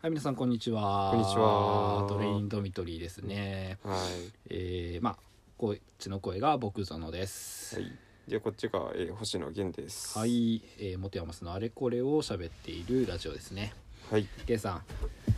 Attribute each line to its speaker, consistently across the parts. Speaker 1: はい、皆さんこんにちは。
Speaker 2: こんにちは
Speaker 1: トレインドミトリーですね。
Speaker 2: はい。
Speaker 1: えー、まあこっちの声が僕園です。
Speaker 2: はい。で、こっちが、えー、星野源です。
Speaker 1: はい、。えー、元山さんのあれこれを喋っているラジオですね。
Speaker 2: はい。
Speaker 1: ゲンさん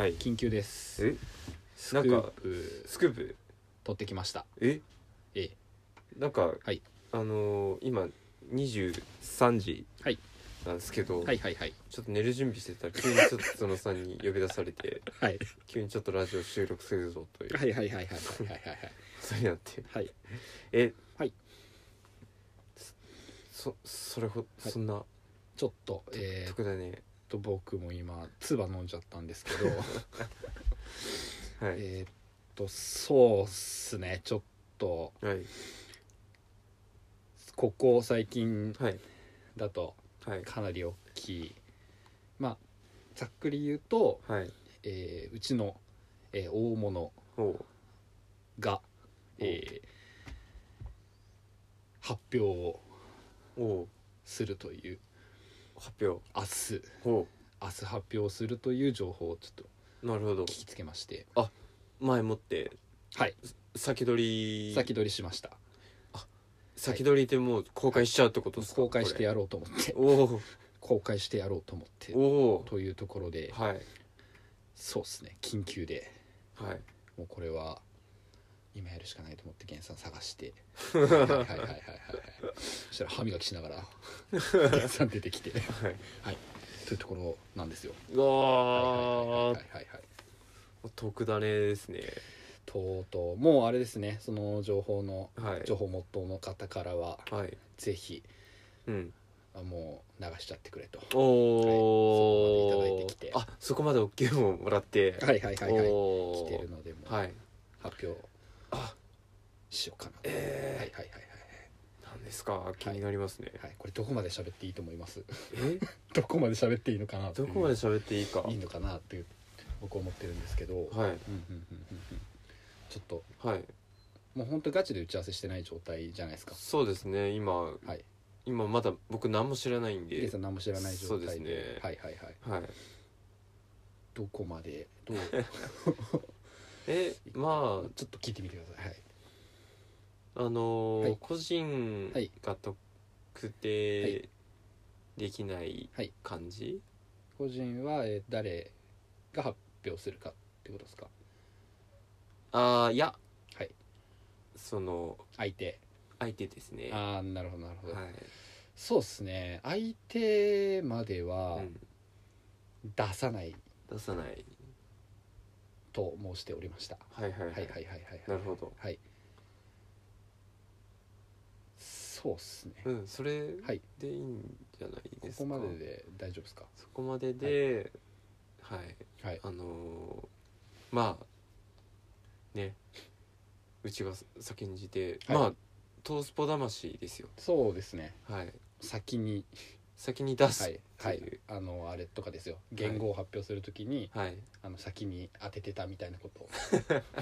Speaker 2: はい。
Speaker 1: 緊急です。
Speaker 2: え、
Speaker 1: スクープ
Speaker 2: スクープ。
Speaker 1: 取ってきました。
Speaker 2: え、
Speaker 1: え
Speaker 2: なんか、
Speaker 1: はい
Speaker 2: あのー、今、二十三時
Speaker 1: ー、はい
Speaker 2: なんですけど、
Speaker 1: はいはいはい
Speaker 2: ちょっと寝る準備してたら、急にちょっとそのさんに呼び出さ れて、
Speaker 1: はい
Speaker 2: 急にちょっとラジオ収録するぞという
Speaker 1: はいはいはいはいはいはい
Speaker 2: ことになって、
Speaker 1: はいはい
Speaker 2: え、
Speaker 1: はい。
Speaker 2: そ、それほ、
Speaker 1: はい
Speaker 2: そんな、
Speaker 1: ちょっとえー、っ
Speaker 2: 特だね。
Speaker 1: と僕も今唾飲んじゃったんですけど
Speaker 2: はい。
Speaker 1: えーっとそうっすねちょっと
Speaker 2: はい。
Speaker 1: ここ最近
Speaker 2: はい。
Speaker 1: だと
Speaker 2: はい。
Speaker 1: かなり大きいまあざっくり言うと、
Speaker 2: はい。
Speaker 1: えーうちの、えー大物
Speaker 2: ほう。
Speaker 1: が、えー発表を
Speaker 2: おう
Speaker 1: するという
Speaker 2: 発表
Speaker 1: 明日
Speaker 2: ほ
Speaker 1: 明日発表するという情報をちょっ
Speaker 2: うなるほど
Speaker 1: と聞きつけまして
Speaker 2: 前もって
Speaker 1: はい
Speaker 2: 先取り
Speaker 1: 先取りしました
Speaker 2: 先取りってもう公開しちゃうってことですか
Speaker 1: 公開してや
Speaker 2: る
Speaker 1: ろうと思って
Speaker 2: お
Speaker 1: 公開してやろうと思って
Speaker 2: おお
Speaker 1: というところで
Speaker 2: おはい
Speaker 1: そうですね緊急で
Speaker 2: はい
Speaker 1: もうこれは今やるしかないと思って源さん探して はいはいはいはいはいはいそしたら歯磨きしなが ら源さん出てきて
Speaker 2: はい
Speaker 1: というところなんですよ
Speaker 2: う
Speaker 1: はいはいはいはい
Speaker 2: わー
Speaker 1: はいはい
Speaker 2: 特ダネですね
Speaker 1: とうとうもうあれですねその情報の
Speaker 2: はい
Speaker 1: 情報元の方からは
Speaker 2: はい
Speaker 1: ぜひ
Speaker 2: うん
Speaker 1: あもう流しちゃってくれと
Speaker 2: おお、
Speaker 1: はいそこまでいただいてきて
Speaker 2: あそこまでお給料ももらって
Speaker 1: はいはいはいはい
Speaker 2: お
Speaker 1: 来
Speaker 2: お
Speaker 1: てるのでもう
Speaker 2: はい
Speaker 1: 発表
Speaker 2: あ
Speaker 1: しようかなと、
Speaker 2: えー
Speaker 1: はいはいはい
Speaker 2: なんですか気になりますね、
Speaker 1: はいはいこれどこまで喋っていいと思います
Speaker 2: え
Speaker 1: どこまで喋っていいのかなってい
Speaker 2: ど
Speaker 1: う
Speaker 2: こまで喋っていいか
Speaker 1: いいのかなっていう僕は思ってるんですけど、
Speaker 2: はい
Speaker 1: うんうんうんうんうんちょっと
Speaker 2: はい
Speaker 1: もう本当ガチで打ち合わせしてない状態じゃないですか
Speaker 2: そうですね今
Speaker 1: はい
Speaker 2: 今まだ僕何も知らないん
Speaker 1: ヒデ
Speaker 2: で
Speaker 1: さん何も知らない
Speaker 2: そ
Speaker 1: 状
Speaker 2: うで
Speaker 1: 態
Speaker 2: す
Speaker 1: で
Speaker 2: ね
Speaker 1: はいはいはい
Speaker 2: はい
Speaker 1: どこまでどう
Speaker 2: えま
Speaker 1: ちょっと聞いてみてくださいはい
Speaker 2: ああのー
Speaker 1: はい
Speaker 2: 個人
Speaker 1: はい
Speaker 2: が特
Speaker 1: は
Speaker 2: 定
Speaker 1: い
Speaker 2: できない
Speaker 1: はい
Speaker 2: 感じ、
Speaker 1: 個人は、えー誰が発表するかってことですか
Speaker 2: ああいや、
Speaker 1: はい
Speaker 2: その
Speaker 1: 相手
Speaker 2: 相手ですねは
Speaker 1: ああなるほどなるほ
Speaker 2: い
Speaker 1: ど、、そうですね相手までは
Speaker 2: うん、
Speaker 1: 出さない
Speaker 2: 出さない
Speaker 1: と申しておりました、
Speaker 2: はいはいはい、
Speaker 1: はいはいはいはい
Speaker 2: なるほど
Speaker 1: はいそうっすね
Speaker 2: うんそれ
Speaker 1: はい
Speaker 2: でいいんじゃない
Speaker 1: こ
Speaker 2: です
Speaker 1: こ
Speaker 2: か、
Speaker 1: までで大丈夫ですか
Speaker 2: そこまでではい、
Speaker 1: はい
Speaker 2: あのーまあねうちが先んじて、
Speaker 1: はい
Speaker 2: まあトースポ魂ですよ
Speaker 1: そうですね
Speaker 2: はい
Speaker 1: 先に
Speaker 2: 先に出
Speaker 1: は
Speaker 2: す
Speaker 1: いはい
Speaker 2: っていう
Speaker 1: あのあれとかですよ言語を発表するときに、
Speaker 2: はい、
Speaker 1: あの先に当ててたみたいなこと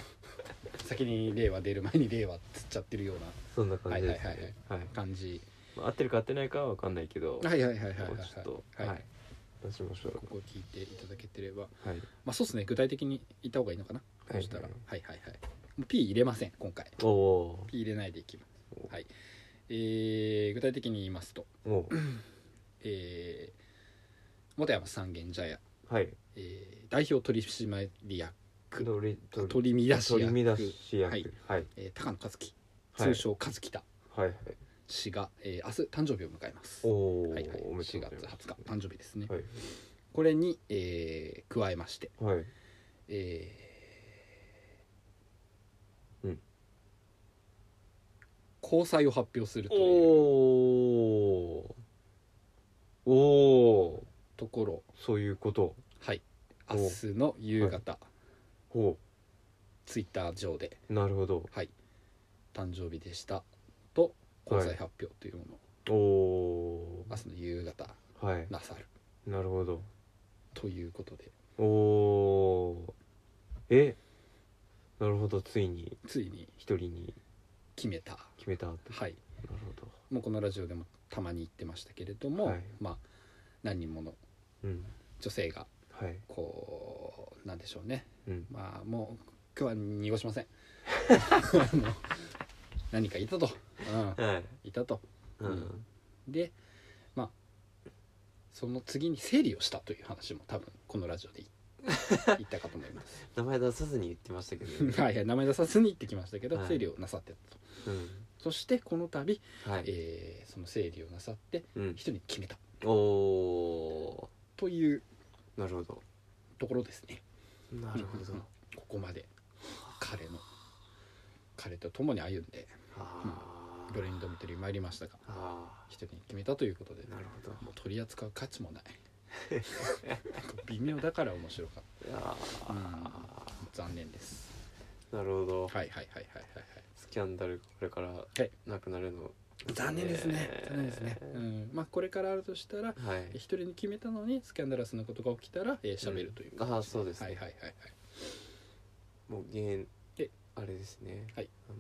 Speaker 1: 先に令和出る前に令和っつっちゃってるような
Speaker 2: そんな感じです、ね、
Speaker 1: はいはいはい
Speaker 2: はい、
Speaker 1: 感じ
Speaker 2: まあ合ってるか合ってないかは分かんないけど、
Speaker 1: はいはいはいはいはい
Speaker 2: も
Speaker 1: は
Speaker 2: う
Speaker 1: い
Speaker 2: ちょっと
Speaker 1: はい
Speaker 2: はい出しましょ
Speaker 1: ここを聞いていただけてれば
Speaker 2: うはい
Speaker 1: まあそうですね具体的に言った方がいいのかな
Speaker 2: は
Speaker 1: そ
Speaker 2: い
Speaker 1: したらはいはいはいもう P 入れません今回
Speaker 2: おお
Speaker 1: P 入れないでいきますはいえー具体的に言いますと
Speaker 2: ーお
Speaker 1: えー、元山三軒茶屋、
Speaker 2: ーはい
Speaker 1: えー代表取締役
Speaker 2: 取り取り
Speaker 1: 取り乱し役
Speaker 2: 取り乱し役
Speaker 1: はい
Speaker 2: はい
Speaker 1: えー高野和樹
Speaker 2: は
Speaker 1: 通
Speaker 2: い
Speaker 1: 称和樹田
Speaker 2: はいはい
Speaker 1: 氏が、えー明日誕生日を迎えます
Speaker 2: お
Speaker 1: は
Speaker 2: お、
Speaker 1: いはい
Speaker 2: おめで
Speaker 1: 4
Speaker 2: と
Speaker 1: 月
Speaker 2: うございます
Speaker 1: 20日誕生日ですね、
Speaker 2: はい
Speaker 1: これに、えー加えまして、
Speaker 2: はい
Speaker 1: えー
Speaker 2: うん
Speaker 1: 交際を発表すると
Speaker 2: お
Speaker 1: いう
Speaker 2: おーおー
Speaker 1: ところ
Speaker 2: そういうこと
Speaker 1: はい
Speaker 2: お
Speaker 1: 明日の夕方、
Speaker 2: ほ
Speaker 1: ツイッター上で
Speaker 2: うなるほど
Speaker 1: はい誕生日でしたと交際発表というものを
Speaker 2: おお
Speaker 1: 明日の夕方
Speaker 2: ーはい
Speaker 1: なさる
Speaker 2: なるほど
Speaker 1: ということで
Speaker 2: おおえなるほどついに
Speaker 1: ついに
Speaker 2: 一人に
Speaker 1: 決めた
Speaker 2: 決めたって
Speaker 1: はい
Speaker 2: なるほど
Speaker 1: もうこのラジオでもたまに言ってましたけれども、
Speaker 2: はい
Speaker 1: まあ何人もの
Speaker 2: うん
Speaker 1: 女性が
Speaker 2: はい
Speaker 1: こうなんでしょうね
Speaker 2: うん
Speaker 1: まあもう今日は濁しません あの何かいたと、うん、
Speaker 2: はい
Speaker 1: いたと
Speaker 2: うん
Speaker 1: でまあその次に整理をしたという話も多分このラジオ でい言ったかと思います
Speaker 2: 名前出さずに言ってましたけ どね
Speaker 1: はいはい名前出さずに言ってきましたけど、
Speaker 2: はい
Speaker 1: 整理をなさってたと
Speaker 2: うん
Speaker 1: そしてこの度、
Speaker 2: はい
Speaker 1: えーその整理をなさって
Speaker 2: うん
Speaker 1: 一人に決めた
Speaker 2: お
Speaker 1: という
Speaker 2: ーなるほど
Speaker 1: ところですね
Speaker 2: なるほど
Speaker 1: うんここまで彼の彼と共に歩んで
Speaker 2: あー
Speaker 1: ブレインドミトリー参りましたが
Speaker 2: あ
Speaker 1: 一人に決めたということで
Speaker 2: ーなるほど
Speaker 1: もう取り扱う価値も ないなんか微妙だから面白かっ
Speaker 2: あ
Speaker 1: た、うん
Speaker 2: あ
Speaker 1: 残念です
Speaker 2: ーなるほど
Speaker 1: はいはいはいはいはい
Speaker 2: スキャンダルこれから
Speaker 1: い
Speaker 2: なくなるの
Speaker 1: はい残念ですね残念ですね、うん、まあこれからあるとしたら
Speaker 2: はい
Speaker 1: 一人に決めたのにスキャンダラスなことが起きたら、えー、喋るというか、
Speaker 2: ああそうですね
Speaker 1: はいはいはいはい
Speaker 2: もう減
Speaker 1: え
Speaker 2: あれですね
Speaker 1: はい
Speaker 2: あの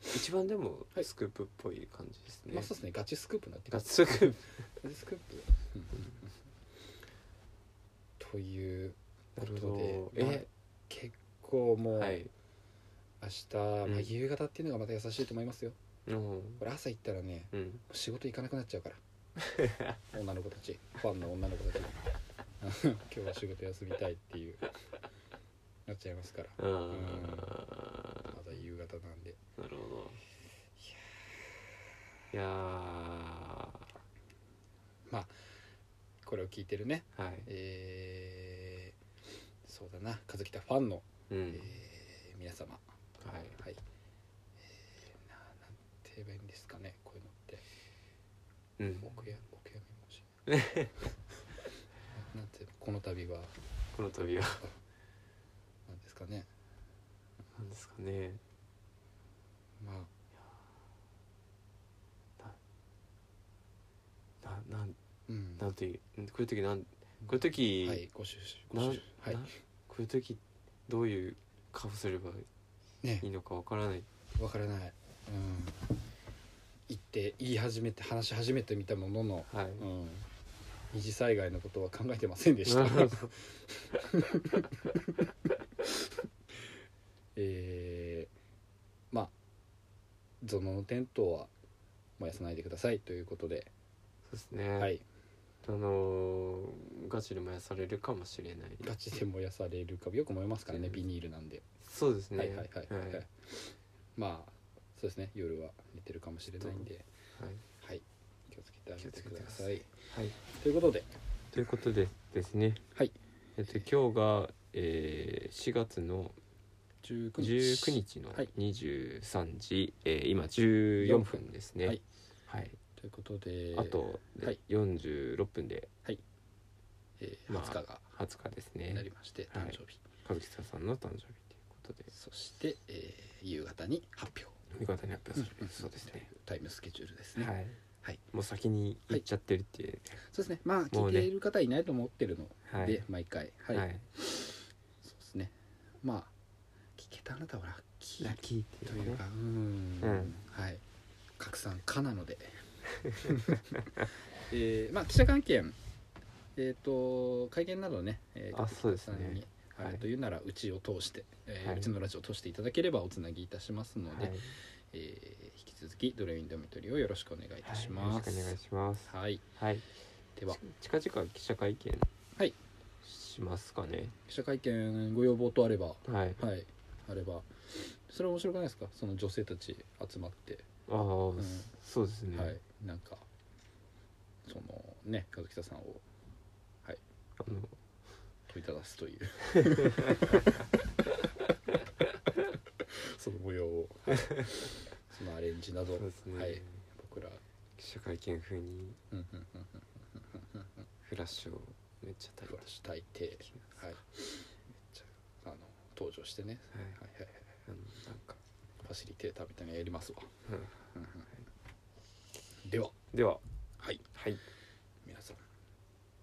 Speaker 2: 一番でも
Speaker 1: はい
Speaker 2: スクープっぽい感じですね、
Speaker 1: まあそうですねガチスクープになって
Speaker 2: ガ
Speaker 1: ま
Speaker 2: チ
Speaker 1: す
Speaker 2: スクープ
Speaker 1: ガチスクープ、うんということで
Speaker 2: え、
Speaker 1: まあ結構もう、
Speaker 2: はい
Speaker 1: 明日、ま
Speaker 2: う
Speaker 1: あ、
Speaker 2: ん
Speaker 1: 夕方っていうのがまた優しいと思いますよ、
Speaker 2: うん
Speaker 1: これ朝行ったらね
Speaker 2: うん
Speaker 1: 仕事行かなくなっちゃうから 女の子たちファンの女の子たちが 今日は仕事休みたいっていうなっちゃいますから
Speaker 2: あー
Speaker 1: まだ夕方なんで
Speaker 2: なるほどいやー
Speaker 1: これを聞いてるね
Speaker 2: はい
Speaker 1: えーそうだな和樹たファンの、
Speaker 2: うん
Speaker 1: えー皆様
Speaker 2: はい
Speaker 1: はい、えーななんて言えばいいんですかねこういうのって
Speaker 2: うん
Speaker 1: お悔やお悔やみ申し 上げますなんてこの度は
Speaker 2: この度は
Speaker 1: なんですかね
Speaker 2: なんですかね
Speaker 1: まあ
Speaker 2: ななん
Speaker 1: うん
Speaker 2: なんていうこういう時なんこういう時、
Speaker 1: はい、ご出資ご
Speaker 2: な
Speaker 1: 出
Speaker 2: ん
Speaker 1: 資はい
Speaker 2: なこういう時どういう顔すれば
Speaker 1: ね
Speaker 2: いいのかわからない
Speaker 1: わからないうん言って言い始めて話し始めてみたものの、
Speaker 2: はい、
Speaker 1: うん、二次災害のことは考えてませんでし
Speaker 2: な
Speaker 1: た
Speaker 2: るほど
Speaker 1: えー、まあゾノのテントは燃やさないでくださいということで、
Speaker 2: そうですね、
Speaker 1: はい、
Speaker 2: あのーガチで燃やされるかもしれない
Speaker 1: ガチで燃やされるかよく燃えますからね
Speaker 2: うん
Speaker 1: ビニールなんで、
Speaker 2: そうですね
Speaker 1: はいはいはいはい、
Speaker 2: は
Speaker 1: はいい、まあそうですね夜は寝てるかもしれないんで、はい、気をつけてあげてください
Speaker 2: はい
Speaker 1: ということで
Speaker 2: ということでですね
Speaker 1: はい
Speaker 2: えっと今日が、えー、4月の
Speaker 1: 19日
Speaker 2: 19日の
Speaker 1: はい
Speaker 2: 23時、えー今14分ですね
Speaker 1: はい、
Speaker 2: はい
Speaker 1: ということで
Speaker 2: あと、
Speaker 1: はい
Speaker 2: 46分で
Speaker 1: えー
Speaker 2: まあ
Speaker 1: 20日が
Speaker 2: 20日ですね
Speaker 1: なりまして
Speaker 2: は
Speaker 1: 誕
Speaker 2: い
Speaker 1: 生日、
Speaker 2: 和樹さんの誕生日ということで
Speaker 1: そして、えー夕方に発表
Speaker 2: 見方に発表する、そうです
Speaker 1: という
Speaker 2: ね
Speaker 1: タイムスケジュールですね、
Speaker 2: はい、
Speaker 1: はい
Speaker 2: もう先に行っちゃってるっていう、
Speaker 1: そうですねまあ
Speaker 2: も
Speaker 1: 聞
Speaker 2: う
Speaker 1: い
Speaker 2: ね
Speaker 1: ている方いないと思ってるので、
Speaker 2: はい
Speaker 1: 毎回はい、
Speaker 2: はい
Speaker 1: そうですねまあ聞けたあなたはラッキー
Speaker 2: ラッキーって
Speaker 1: と
Speaker 2: いう
Speaker 1: い
Speaker 2: ね
Speaker 1: うかうん
Speaker 2: うん
Speaker 1: はい拡散可なので えーまあ記者会見えっ、と会見などね、えー
Speaker 2: あそうですね
Speaker 1: 各記者さんにあ
Speaker 2: はい
Speaker 1: るというならうちを通して、えー
Speaker 2: はいう
Speaker 1: ちのラジオを通していただければおつなぎいたしますので、
Speaker 2: はい
Speaker 1: えー引き続きドレインドミトリーをよろしくお願いいたし
Speaker 2: はいよ
Speaker 1: ま
Speaker 2: ろしくお願い
Speaker 1: す。
Speaker 2: します。
Speaker 1: はい、
Speaker 2: はい。
Speaker 1: では
Speaker 2: 近々記者会見。
Speaker 1: はい
Speaker 2: しますかね。
Speaker 1: 記者会見ご要望とあれば
Speaker 2: はい。
Speaker 1: はいあればそれ面白くないですかその女性たち集まって、
Speaker 2: ああ、
Speaker 1: ん
Speaker 2: そうですね。
Speaker 1: はいなんかそのね和北さんを
Speaker 2: あの
Speaker 1: 問いただす というその模様を、はいそのアレンジなど、
Speaker 2: そうですね。
Speaker 1: はい僕ら
Speaker 2: 記者会見風に
Speaker 1: うんうんうんうん
Speaker 2: フラッシュをめっちゃ焚い
Speaker 1: フ
Speaker 2: て
Speaker 1: ラッシュ焚いて
Speaker 2: いきます。
Speaker 1: はいめっちゃあの登場してね、
Speaker 2: はい。
Speaker 1: はいはいはい、
Speaker 2: あのなんか。
Speaker 1: ファシリテーターみたいなのやりますわ、
Speaker 2: うん
Speaker 1: うんうんうんでは
Speaker 2: では、
Speaker 1: はい
Speaker 2: はい。
Speaker 1: 皆さん、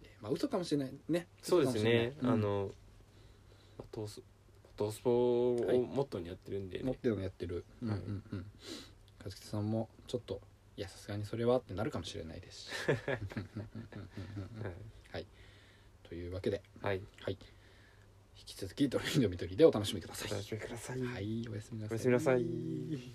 Speaker 1: えーまあ嘘かもしれないね
Speaker 2: そうですね。
Speaker 1: 嘘かもしれないう
Speaker 2: あ
Speaker 1: ん
Speaker 2: の、まあトーストースポ
Speaker 1: はい
Speaker 2: をモットーにやってるんで
Speaker 1: 持っ
Speaker 2: ね。
Speaker 1: てるのやってる、うんう
Speaker 2: はい
Speaker 1: んうん和樹さんもちょっといやさすがにそれは ってなるかもしれないですし
Speaker 2: はい。
Speaker 1: というわけで
Speaker 2: はい
Speaker 1: はい引き続きドロインの緑でお楽しみくださ
Speaker 2: お楽しみください、
Speaker 1: いはいおやすみな
Speaker 2: お
Speaker 1: さい
Speaker 2: やすみなさい